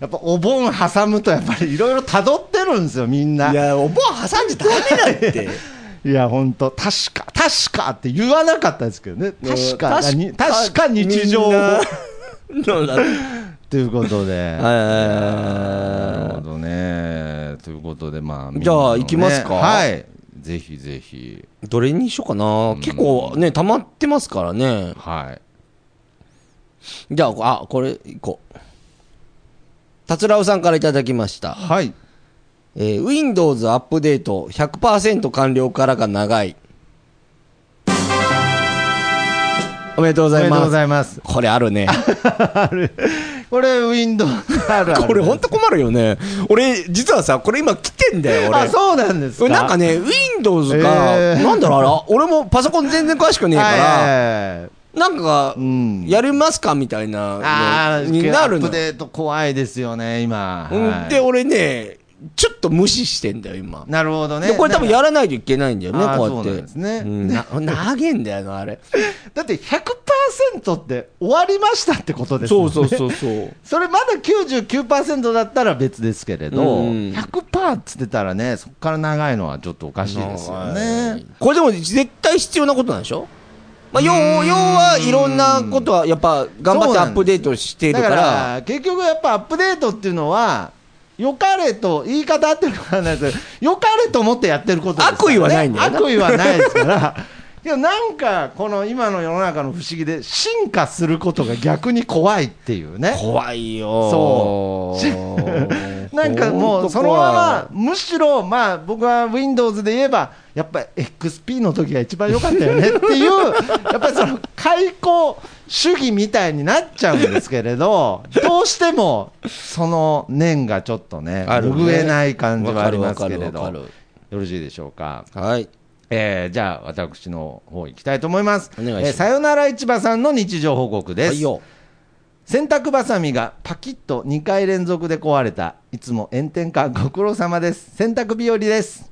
Speaker 2: やっぱお盆挟むとやっぱりいろいろ辿ってるんですよ、みんな。
Speaker 1: いや、お盆挟んじゃダメだって。
Speaker 2: いや、本当確か、確かって言わなかったですけどね。確か、
Speaker 1: 確
Speaker 2: に確か日常を。
Speaker 1: みんななんだろう
Speaker 2: ということで。
Speaker 1: はいはいはい
Speaker 2: なる
Speaker 1: は
Speaker 2: ほどね。ということで、まあ、みんなの
Speaker 1: じゃ
Speaker 2: ね
Speaker 1: あ行きますか
Speaker 2: はい。ぜひぜひ。
Speaker 1: いどれにしようかな。結構ね、溜まってますからね。
Speaker 2: はい。
Speaker 1: じゃあ、あ、これ、いこう。たつらうさんからいただきました。
Speaker 2: はい。
Speaker 1: えー Windows アップデート100%完了からが長い。おめでとうござ
Speaker 2: あり
Speaker 1: い
Speaker 2: がと
Speaker 1: ま
Speaker 2: うご
Speaker 1: す。
Speaker 2: ざいます。
Speaker 1: これあるね。
Speaker 2: これ、Windows あるある。
Speaker 1: これほんと困るよね。俺、実はさ、これ今来てんだよ、俺。
Speaker 2: あ、そうなんですか。
Speaker 1: なんかね、Windows が、
Speaker 2: えー
Speaker 1: なんだろうあれ、俺もパソコン全然詳しくねえ
Speaker 2: はい
Speaker 1: か
Speaker 2: はい
Speaker 1: ら、
Speaker 2: はいはい。
Speaker 1: なんか
Speaker 2: ん、
Speaker 1: やりますかみたいな
Speaker 2: あ
Speaker 1: の
Speaker 2: あ、
Speaker 1: になる
Speaker 2: アッ
Speaker 1: の
Speaker 2: プ。デート怖いですよね、今。
Speaker 1: うん
Speaker 2: はい
Speaker 1: で、俺ね、ちょっと無視してんだよ、今。
Speaker 2: なるほどね。
Speaker 1: で、これ多分
Speaker 2: だ
Speaker 1: やらないといけないんだよね、
Speaker 2: あー
Speaker 1: こうやって。
Speaker 2: そうなんですね
Speaker 1: ん な、投げんだよな、あれ。
Speaker 2: だって100%って終わりましたってことですもん
Speaker 1: そう
Speaker 2: ね。
Speaker 1: そうそうそう。
Speaker 2: それまだ99%だったら別ですけれど、
Speaker 1: うん
Speaker 2: 100%っつってたらね、そこから長いのはちょっとおかしいですよね。
Speaker 1: これでも絶対必要なことなんでしょまあ、要要はいろんなことはやっぱ頑張ってアップデートしているか、
Speaker 2: だからら、結局やっぱアップデートっていうのは、良かれと、言い方合ってるかわかんないですけど、 良かれと思ってやってることですから、ね、
Speaker 1: 悪意はないんだよな
Speaker 2: 悪意はないですから。 でもなんか、この今の世の中の不思議で、進化することが逆に怖いっていうね。
Speaker 1: 怖いよ。。
Speaker 2: そう なんか
Speaker 1: ほ
Speaker 2: もうん
Speaker 1: と怖い
Speaker 2: そのまま、むしろまあ僕は Windows で言えば、やっぱり XP の時が一番良かったよねっていう、 やっぱりその開口主義みたいになっちゃうんですけれ ど、どうしてもその念がちょっとね、
Speaker 1: あるね
Speaker 2: 拭えない感じはありますけれ
Speaker 1: わ
Speaker 2: ど、
Speaker 1: かるわかるわ
Speaker 2: よ
Speaker 1: か
Speaker 2: ろしいでしょうか。
Speaker 1: るはい。
Speaker 2: えーじゃあ私の方行きたいと思います。
Speaker 1: お願いします
Speaker 2: えーさよなら市場さんの日常報告です。
Speaker 1: はいよ。
Speaker 2: 洗濯バサミがパキッと2回連続で壊れたいつも炎天下ご苦労様です洗濯日和です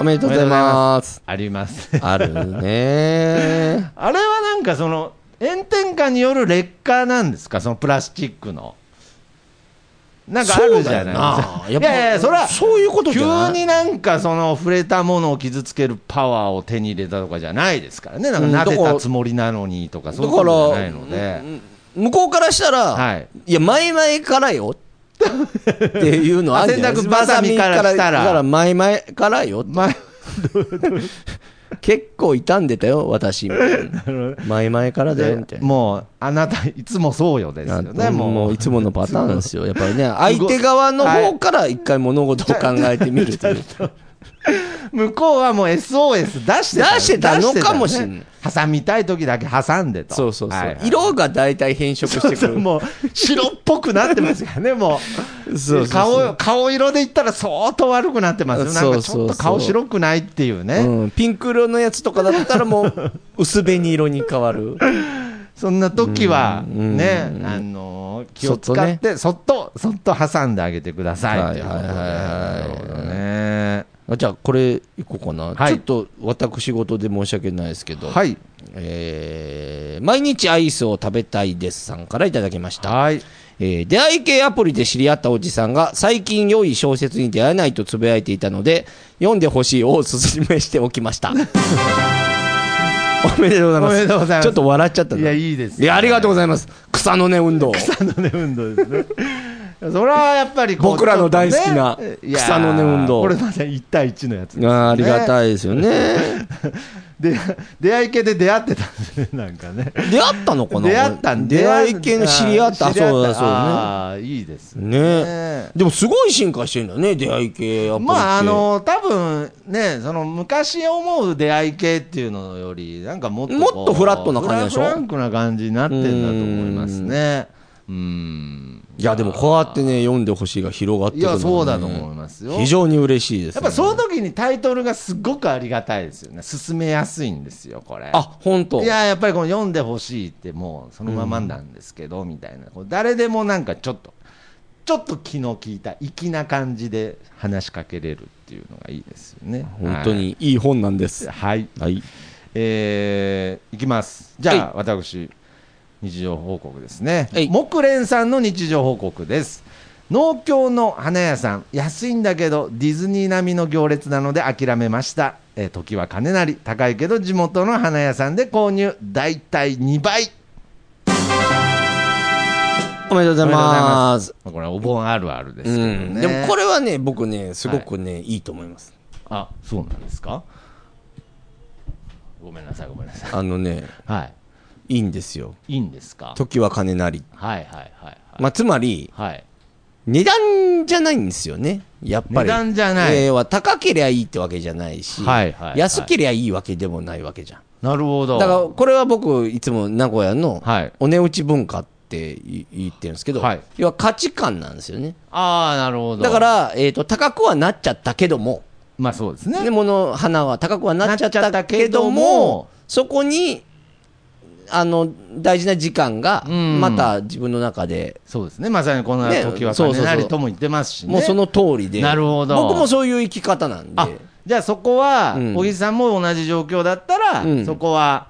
Speaker 1: おめでとうございます。
Speaker 2: あります
Speaker 1: あるね。
Speaker 2: あれはなんかその炎天下による劣化なんですかそのプラスチックのなんかあるじゃないですか
Speaker 1: やっ
Speaker 2: い
Speaker 1: ぱ
Speaker 2: やいやそれは
Speaker 1: そういうこと
Speaker 2: 急
Speaker 1: じゃない
Speaker 2: になんかその触れたものを傷つけるパワーを手に入れたとかじゃないですからねなんか撫でたつもりなのにとかそういうことじゃないので
Speaker 1: 向こうからしたら、
Speaker 2: はい
Speaker 1: いや、前々からよ。っていうのはあるじゃない
Speaker 2: あ洗濯バサミからしたら
Speaker 1: だから前々からよ。
Speaker 2: まあ
Speaker 1: 結構傷んでたよ、私。みたいな前々からだよ、みたいな。
Speaker 2: もう、あなた、いつもそうよですよ
Speaker 1: も
Speaker 2: ね、
Speaker 1: う
Speaker 2: も
Speaker 1: も
Speaker 2: う。
Speaker 1: ういつものパターンなんですよ。やっぱりね、相手側の方から一回物事を考えてみるという。
Speaker 2: 向こうはもう SOS 出して
Speaker 1: 出してたのかもしんない
Speaker 2: 出してたね挟みたい時だけ挟んでと。
Speaker 1: そうそうそう。
Speaker 2: はいはい
Speaker 1: 色が大体変色してくる。
Speaker 2: もう、白っぽくなってますからね、もう。
Speaker 1: そうそうそう
Speaker 2: 顔、顔色で言ったら相当悪くなってますよ。なん
Speaker 1: そ
Speaker 2: か
Speaker 1: う
Speaker 2: ち
Speaker 1: そうそう
Speaker 2: ょっと顔白くないっていうね。
Speaker 1: うん、ピンク色のやつとかだったらもう、 薄紅色に変わる。
Speaker 2: そんな時は、
Speaker 1: うん
Speaker 2: ね、あのー気を使
Speaker 1: そっと
Speaker 2: っ
Speaker 1: ね
Speaker 2: て、そっと、そっと挟んであげてください。ということで
Speaker 1: はいはいはいはい
Speaker 2: なるほどね。
Speaker 1: あじゃあ、これいこうかな、
Speaker 2: は
Speaker 1: ち
Speaker 2: い
Speaker 1: ょっと私事で申し訳ないですけど、
Speaker 2: はい。
Speaker 1: えー毎日アイスを食べたいですさんからいただきました、
Speaker 2: はい。
Speaker 1: えー出会い系アプリで知り合ったおじさんが最近良い小説に出会えないとつぶやいていたので読んでほしいをお勧めしておきま したおめでとうございます
Speaker 2: おめでとうございます
Speaker 1: ちょっと笑っちゃったない
Speaker 2: やいいですね
Speaker 1: いやありがとうございます草の根運動
Speaker 2: 根運動ですね。それはやっぱりこう
Speaker 1: 僕らの大好きな
Speaker 2: ちょっとね
Speaker 1: 草の根運動
Speaker 2: いやーこれまさに1対1のやつ
Speaker 1: あーありが
Speaker 2: い。
Speaker 1: たいですよね
Speaker 2: で、出会い系で出会ってたんですね、なんかね。
Speaker 1: 出会ったのかな
Speaker 2: 出会ったん
Speaker 1: 出会い系の知り合った
Speaker 2: あー
Speaker 1: そうだそうだね
Speaker 2: ああ、いいですね。
Speaker 1: ね
Speaker 2: ね
Speaker 1: でもすごい進化してるんだね、出会い系アプリって。
Speaker 2: まああの多分ねその昔思う出会い系っていうのよりなんかもっとこう
Speaker 1: もっとフラットな感じでしょ
Speaker 2: フランクな感じになってんだと思いますねうん
Speaker 1: いやでもこうやってね、読んでほしいが広がって
Speaker 2: い
Speaker 1: くるのは
Speaker 2: や
Speaker 1: ね
Speaker 2: そうだと思いますよ
Speaker 1: 非常に嬉しいです、
Speaker 2: やっぱその時にタイトルがすごくありがたいですよね、進めやすいんですよ、これ。
Speaker 1: あ、本当
Speaker 2: いや、やっぱりこの読んでほしいって、もうそのままなんですけど、みたいな、こう誰でもなんかちょっと、ちょっと気の利いた、粋な感じで話しかけれるっていうのがいいですよね。
Speaker 1: 本当にいい本なんです。
Speaker 2: はい。
Speaker 1: は
Speaker 2: はい
Speaker 1: い。
Speaker 2: えーいきます。じゃ
Speaker 1: は
Speaker 2: あ、私、日常報告ですね
Speaker 1: はい。
Speaker 2: 木蓮さんの日常報告です。農協の花屋さん、安いんだけど、ディズニー並みの行列なので諦めました。えー時は金なり、高いけど、地元の花屋さんで購入、だいたい2倍。
Speaker 1: おめでとうございます。
Speaker 2: これはお盆あるあるですけ
Speaker 1: う
Speaker 2: ど
Speaker 1: ん、
Speaker 2: ね。
Speaker 1: でもこれはね、僕ね、すごくね、い、いと思います。
Speaker 2: あ、そうなんですかごめんなさい、ごめんなさい。
Speaker 1: あのね、
Speaker 2: はい
Speaker 1: いんですよ。
Speaker 2: い。いいんですか
Speaker 1: 時は金なり。
Speaker 2: はいはいはいはい。
Speaker 1: まあ、つまり、
Speaker 2: はい。
Speaker 1: 値段じゃないんですよね。やっぱり。
Speaker 2: 値段じゃない
Speaker 1: えーは高けりゃいいってわけじゃないし、
Speaker 2: はいはいはい
Speaker 1: 安けりゃいいわけでもないわけじゃん。
Speaker 2: なるほど。
Speaker 1: だから、これは僕、いつも名古屋の
Speaker 2: はい、
Speaker 1: お値打ち文化ってい言ってるんですけど、
Speaker 2: はい
Speaker 1: 要は価値観なんですよね。
Speaker 2: ああ、なるほど。
Speaker 1: だか、ら、えーと、高くはなっちゃったけども、
Speaker 2: まあそうです
Speaker 1: で
Speaker 2: ね。
Speaker 1: 物花は高くはなっちゃったけども
Speaker 2: なっちゃったけども
Speaker 1: そこにあの大事な時間が
Speaker 2: うん
Speaker 1: また自分の中で、
Speaker 2: そうですね。まさにこの
Speaker 1: ね
Speaker 2: 時は
Speaker 1: そうそうそ
Speaker 2: 金
Speaker 1: う
Speaker 2: なりとも言ってますしね。
Speaker 1: もうその通りで
Speaker 2: なるほど
Speaker 1: 僕もそういう生き方なんで
Speaker 2: あ、じゃあそこは、
Speaker 1: うん
Speaker 2: 小木さんも同じ状況だったら、
Speaker 1: うん
Speaker 2: そこは、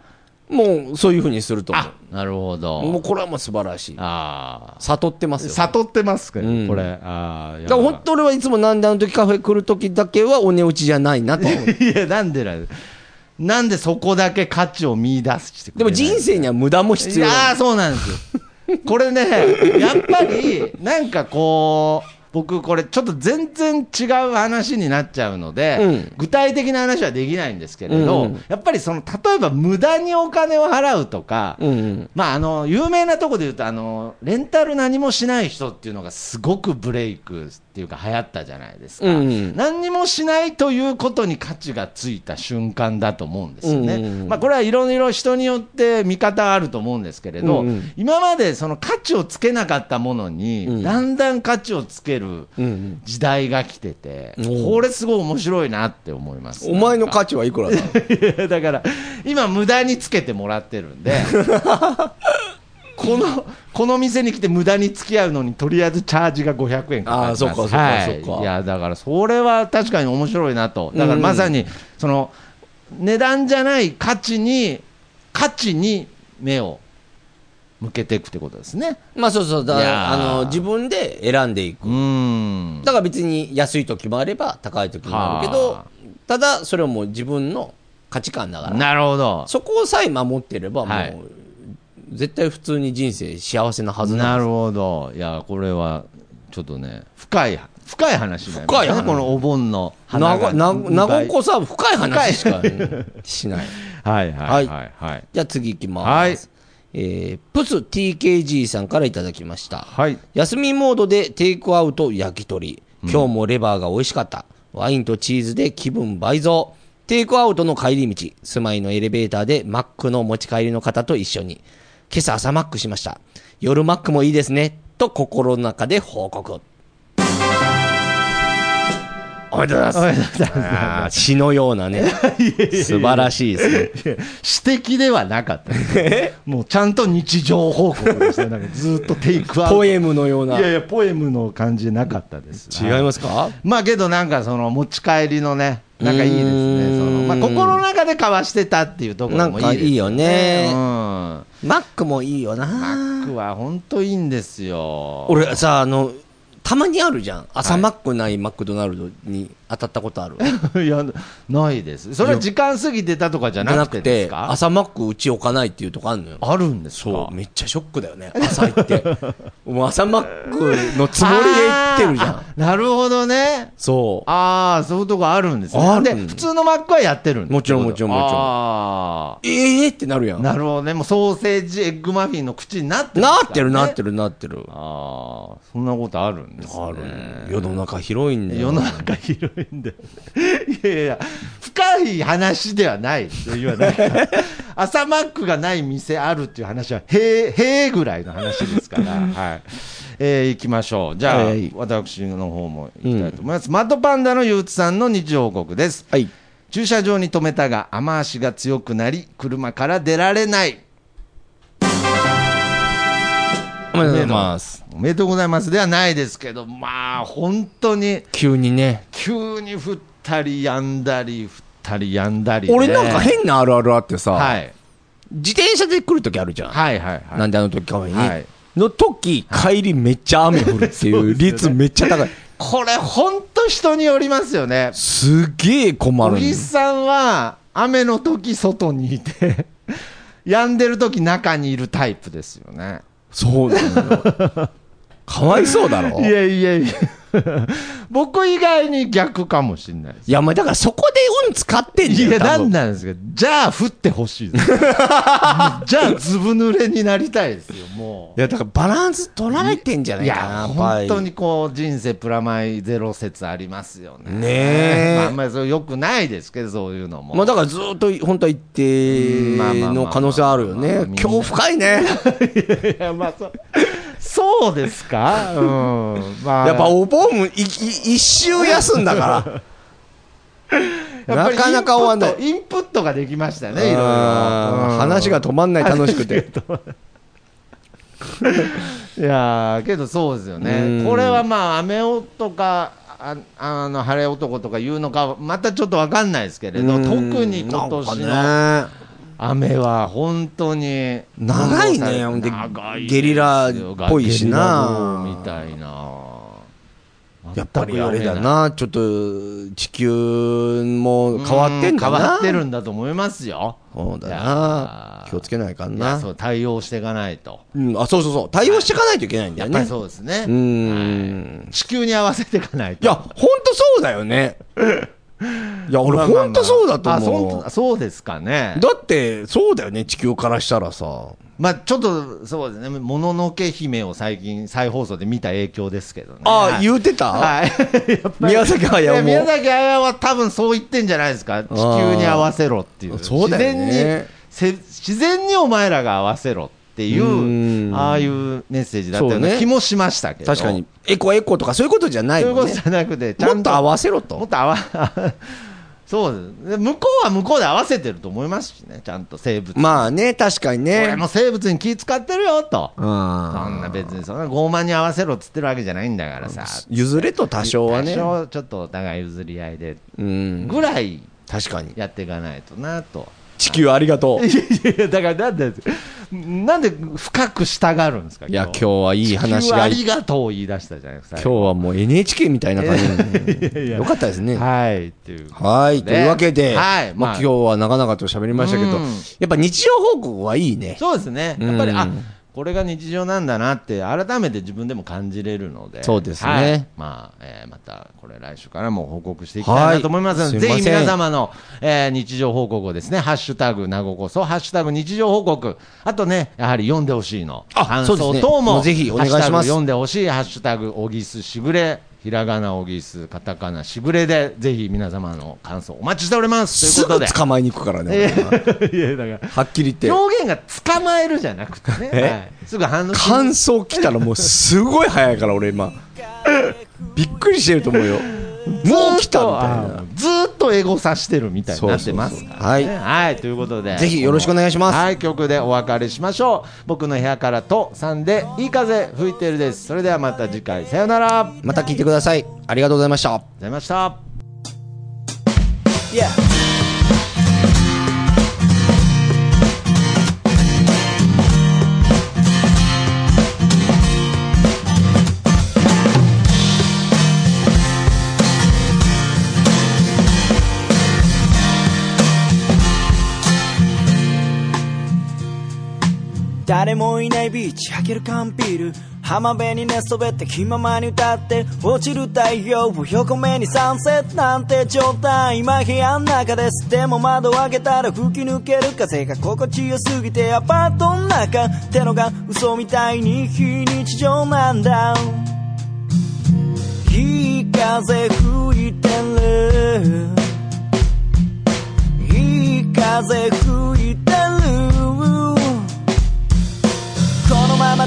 Speaker 1: もうそういうふうにすると思
Speaker 2: あ、なるほ
Speaker 1: うもう
Speaker 2: ど。
Speaker 1: これはもう素晴らしい
Speaker 2: ああ。
Speaker 1: 悟ってますよ
Speaker 2: 悟ってますけど、
Speaker 1: うん
Speaker 2: これ。ああ、や
Speaker 1: だから
Speaker 2: ばい
Speaker 1: 本当俺はいつもなんであの時カフェ来る時だけはお値打ちじゃないなと思う
Speaker 2: いや、なんでなんなんでそこだけ価値を見出してく
Speaker 1: でも
Speaker 2: れない
Speaker 1: 人生には無駄も必
Speaker 2: い
Speaker 1: 要
Speaker 2: や
Speaker 1: な
Speaker 2: ーそうなんです よ。これね、やっぱり、なんかこう、僕これちょっと全然違う話になっちゃうので、
Speaker 1: うん
Speaker 2: 具体的な話はできないんですけれど、
Speaker 1: うんうん
Speaker 2: やっぱりその、例えば無駄にお金を払うとか、
Speaker 1: うんうん
Speaker 2: まあ、あの有名なとこで言うとあのレンタル何もしない人っていうのがすごくブレイクっていうか流行ったじゃないですか、
Speaker 1: うんうん
Speaker 2: 何にもしないということに価値がついた瞬間だと思うんですよね、
Speaker 1: うんうんうん
Speaker 2: まあ、これはいろいろ人によって見方はあると思うんですけれど、
Speaker 1: うんうん
Speaker 2: 今までその価値をつけなかったものに、
Speaker 1: うん
Speaker 2: だんだん価値をつける
Speaker 1: うんうん
Speaker 2: 時代が来てて、
Speaker 1: おう
Speaker 2: これすごい面白いなって思います
Speaker 1: お前の価値はいくらだ
Speaker 2: い やだから今無駄につけてもらってる んでこのこの店に来て無駄に付き合うのにとりあえずチャージが500円かかります
Speaker 1: あーそっかそっか
Speaker 2: はい
Speaker 1: そっか
Speaker 2: いやだからそれは確かに面白いなとだからまさにその値段じゃない価値に価値に目を向けていくってことですね
Speaker 1: まあそうそうだ
Speaker 2: いやー
Speaker 1: あの自分で選んでいく
Speaker 2: うーん
Speaker 1: だから別に安い時もあれば高い時もあるけ
Speaker 2: はあ
Speaker 1: ど、ただそれはもう自分の価値観だから、
Speaker 2: なるほど
Speaker 1: そこさえ守ってれば、も
Speaker 2: はいう
Speaker 1: 絶対普通に人生幸せなはず
Speaker 2: な
Speaker 1: な
Speaker 2: る
Speaker 1: の。
Speaker 2: ほどいやこれはちょっとね深い深い話になりま
Speaker 1: 深
Speaker 2: す
Speaker 1: い
Speaker 2: ね
Speaker 1: 話
Speaker 2: このお盆の
Speaker 1: な
Speaker 2: 花
Speaker 1: ご
Speaker 2: が
Speaker 1: なごなごこさん深い話しかうんしない。
Speaker 2: はいはいはいはい
Speaker 1: じゃあ次行きます。
Speaker 2: はい
Speaker 1: えープス TKG さんからいただきました。
Speaker 2: はい
Speaker 1: 休みモードでテイクアウト焼き鳥。今日もレバーが美味しかった。ワインとチーズで気分倍増。テイクアウトの帰り道。住まいのエレベーターでマックの持ち帰りの方と一緒に。今朝朝マックしました。夜マックもいいですね。と心の中で報告。おめでとうございます。あー詩のよう なね。素晴らしいですね。
Speaker 2: 指摘ではなかったですもうちゃんと日常報告でしたなんかずっとテイクアウト
Speaker 1: ポ
Speaker 2: い
Speaker 1: エムのような。
Speaker 2: やいやポエムの感じなかったです
Speaker 1: 違いますか
Speaker 2: まあけどなんかその持ち帰りのねなんかいいです
Speaker 1: うー
Speaker 2: ね
Speaker 1: ん
Speaker 2: その、まあ、心の中で交わしてたっていうところもいいです
Speaker 1: なんかいいよね
Speaker 2: うん
Speaker 1: マックもいいよな。
Speaker 2: マックは本当いいんですよ
Speaker 1: 俺さあのたまにあるじゃん朝マックないマクドナルドに当たったことある、
Speaker 2: いや、ないです。それは時間過ぎてたとかじゃ
Speaker 1: じゃ
Speaker 2: な
Speaker 1: な
Speaker 2: くて
Speaker 1: く
Speaker 2: です
Speaker 1: て
Speaker 2: か
Speaker 1: 朝マックうち置かないっていうとこあるのよ
Speaker 2: あるんですか
Speaker 1: そうめっちゃショックだよね朝行って もう朝マックのつもりで行ってるじゃ
Speaker 2: あ
Speaker 1: ん
Speaker 2: ー。なるほどね。
Speaker 1: そう
Speaker 2: ああ、そういうとこあるんですね。
Speaker 1: ある
Speaker 2: で、普通のマックはやってるんです
Speaker 1: もちろんもちろんもちろん
Speaker 2: あ
Speaker 1: ええー、ってなるや
Speaker 2: あ。
Speaker 1: んな
Speaker 2: なるほどね。もうソーセージ、エッグマフィンの口になってる、
Speaker 1: ってるなって
Speaker 2: る。
Speaker 1: るなってる
Speaker 2: ああ、そんなことあるんですね。
Speaker 1: ある世の中広いんだよ
Speaker 2: 世の中広いんで、いやいやいや、深い話ではないというはなんか朝マックがない店あるっていう話は、へえ、へえぐらいの話ですから、はい。えー、行きましょう。じゃあ、
Speaker 1: はい
Speaker 2: 私の方も行きたいと思います。マッドパンダのゆうつさんの日常報告です。
Speaker 1: はい
Speaker 2: 駐車場に止めたが、雨足が強くなり、車から出られない。
Speaker 1: おめでとうございます
Speaker 2: おめでとうございますではないですけど、まあ、本当に、
Speaker 1: 急にね
Speaker 2: 急に降ったりやんだり降ったりやんだりね、
Speaker 1: 俺なんか変なあるあるあってさ、
Speaker 2: はい、
Speaker 1: 自転車で来るときあるじゃん、
Speaker 2: はいはいはい
Speaker 1: なんであの時カフェに、
Speaker 2: はい
Speaker 1: の時帰りめっちゃ雨降るってい
Speaker 2: そう
Speaker 1: う
Speaker 2: です
Speaker 1: 率
Speaker 2: よね
Speaker 1: めっちゃ高い
Speaker 2: これ本当人によりますよね
Speaker 1: すげえ困る
Speaker 2: 小
Speaker 1: ん
Speaker 2: 木
Speaker 1: です
Speaker 2: さんは雨の 時外にいて止んでる時中にいるタイプですよね
Speaker 1: そうなのよ。かわいそうだろ。
Speaker 2: いやいやいや 僕以外に逆かもしれないです
Speaker 1: いや、まあだからそこで運使ってん
Speaker 2: い
Speaker 1: じゃん。
Speaker 2: や、な
Speaker 1: 多
Speaker 2: ん
Speaker 1: 分
Speaker 2: なんですか。じゃあ、降ってほしい です。じゃあ、ずぶ濡れになりたいですよ、も
Speaker 1: いや、だからバランス取られてんじゃ
Speaker 2: う。
Speaker 1: ないいかな、
Speaker 2: や、
Speaker 1: っぱ
Speaker 2: 本
Speaker 1: り
Speaker 2: 当にこう、人生プラマイゼロ説ありますよね。
Speaker 1: ねえ
Speaker 2: まあ、あんまりそれ良くないですけど、そういうのも。
Speaker 1: まあだからずっと本当は一定の可能性あるよ
Speaker 2: まあまあまあまあ
Speaker 1: ね
Speaker 2: まあ。
Speaker 1: 恐怖深いね。
Speaker 2: いや、まあ、そう。そうですかうん。まあ、
Speaker 1: やっぱお盆いい一周休んだから。
Speaker 2: やっぱり
Speaker 1: なかなか終わんない
Speaker 2: インプットインプットができましたね、いろいろ。
Speaker 1: あー話が止まんない楽しくて。
Speaker 2: いやーけどそうですよ
Speaker 1: う
Speaker 2: ね
Speaker 1: ん、
Speaker 2: これはまあ、雨男か、ああの晴れ男とか言うのか、またちょっと分かんないですけれど、特に今年の
Speaker 1: の。
Speaker 2: 雨は本当に
Speaker 1: 長いねほんでゲリラっぽいしな
Speaker 2: ゲリラ豪雨みたいな。
Speaker 1: やっぱりあれだな、ちょっと地球も変わってんだな。
Speaker 2: 変わってるんだと思いますよ。
Speaker 1: そうだ
Speaker 2: いや
Speaker 1: な。
Speaker 2: ー
Speaker 1: 気をつけないかん
Speaker 2: いや
Speaker 1: な。
Speaker 2: そう対応していかないと。
Speaker 1: うん、あ、そうそうそう。対応していかないといけないんだ
Speaker 2: や
Speaker 1: よ
Speaker 2: っぱり
Speaker 1: ね。
Speaker 2: そうですね。
Speaker 1: うーん。
Speaker 2: 地球に合わせていかないと。
Speaker 1: いや、ほんとそうだよ ね。いや、俺
Speaker 2: まあまあまあ
Speaker 1: ほんとそうだと
Speaker 2: あ
Speaker 1: 思
Speaker 2: そん
Speaker 1: う。
Speaker 2: そうですかね。
Speaker 1: だって、そうだよね、地球からしたらさ。
Speaker 2: まあちょっとそうですね、もののけ姫を最近、再放送で見た影響ですけどね。
Speaker 1: ああ、
Speaker 2: う
Speaker 1: 言うてた
Speaker 2: はい、
Speaker 1: 宮崎
Speaker 2: いや
Speaker 1: 駿
Speaker 2: 宮
Speaker 1: も。
Speaker 2: 崎駿は多分そう言ってんじゃないですか、地球に合わせろっていう、
Speaker 1: そうだよね
Speaker 2: 自然にせ、自然にお前らが合わせろっていうう、
Speaker 1: ん
Speaker 2: ああいうメッセージだったような
Speaker 1: そうね
Speaker 2: 気もしましたけど、
Speaker 1: 確かに、エコエコとかそういうことじゃない
Speaker 2: そういう
Speaker 1: も
Speaker 2: こ
Speaker 1: ん
Speaker 2: と
Speaker 1: ね
Speaker 2: じ。ゃなくて、ちゃ
Speaker 1: もっ
Speaker 2: ん
Speaker 1: と
Speaker 2: と
Speaker 1: 合わせろ
Speaker 2: もっ
Speaker 1: と。
Speaker 2: と合わ そうですで向こうは向こうで合わせてると思いますしね、ちゃんと生物、
Speaker 1: まあね、確かに
Speaker 2: 俺
Speaker 1: ね。
Speaker 2: も生物に気使ってるよと。そん
Speaker 1: あ
Speaker 2: な別にそんな傲慢に合わせろっつってるわけじゃないんだからさ
Speaker 1: あ。譲れと多少はね。
Speaker 2: 多少ちょっとお互い譲り合いで
Speaker 1: うん。
Speaker 2: ぐらい
Speaker 1: 確かに。
Speaker 2: やっていかないとなと。
Speaker 1: 地球ありがとう。
Speaker 2: いやいやだからなんでなんで深く従うんですか。
Speaker 1: いや、今日はいい話
Speaker 2: 地球あ
Speaker 1: がい
Speaker 2: り
Speaker 1: い。
Speaker 2: がとうを言い出したじゃないですか。
Speaker 1: 今日はもう NHK みたいな感じなんで。よかったですね。
Speaker 2: はいっていう。
Speaker 1: はい。というわけで、
Speaker 2: はい
Speaker 1: まあ
Speaker 2: まあ
Speaker 1: 今日は長々と喋りましたけど
Speaker 2: うん、
Speaker 1: やっぱ日常報告はいいね。
Speaker 2: そうですね。やっぱり
Speaker 1: うん
Speaker 2: あこれが日常なんだなって改めて自分でも感じれるので。
Speaker 1: そうですね
Speaker 2: はいまあ、えーまたこれ来週からも報告していきたいなと思いますの
Speaker 1: は
Speaker 2: で、
Speaker 1: いすいません
Speaker 2: ぜひ皆様の、えー日常報告をですね、ハッシュタグなごこそ、ハッシュタグ日常報告、あとね、やはり読んでほしいの、
Speaker 1: あ
Speaker 2: 感
Speaker 1: そうです
Speaker 2: 想
Speaker 1: ね
Speaker 2: 等
Speaker 1: も
Speaker 2: も、
Speaker 1: うぜひお願いします
Speaker 2: ハッシュタグ読んでほしい、ハッシュタグおぎすしぐれ、ひらがなおぎす、カタカナしぐれで、ぜひ皆様の感想お待ちしております。とい
Speaker 1: す
Speaker 2: うこと
Speaker 1: ぐ
Speaker 2: で。
Speaker 1: 捕まえに行くからね。俺はい
Speaker 2: や、だから。
Speaker 1: はっきり言って。
Speaker 2: 表現が捕まえるじゃなくてね、
Speaker 1: え
Speaker 2: はい、すぐ反応し
Speaker 1: 感想来たらもうすごい早いから俺 今びっくりしてると思うよもう来たみたいな
Speaker 2: ずーっとエゴさしてるみたいになってます
Speaker 1: そう
Speaker 2: から、ね、
Speaker 1: そうそう
Speaker 2: はい、ということで
Speaker 1: ぜひよろしくお願いします
Speaker 2: はい曲でお別れしましょう僕の部屋からとさんでいい風吹いてるですそれではまた次回さようならありがとう
Speaker 1: また聞いてくださいありがとうございました
Speaker 2: ございました
Speaker 4: 誰もいないビーチ開ける缶ビール浜辺に寝そべって気ままに歌って落ちる太陽を横目にサンセットなんて状態今部屋の中ですでも窓を開けたら吹き抜ける風が心地よすぎてアパートの中ってのが嘘みたいに非日常なんだいい風吹いてるいい風吹いてるこのまま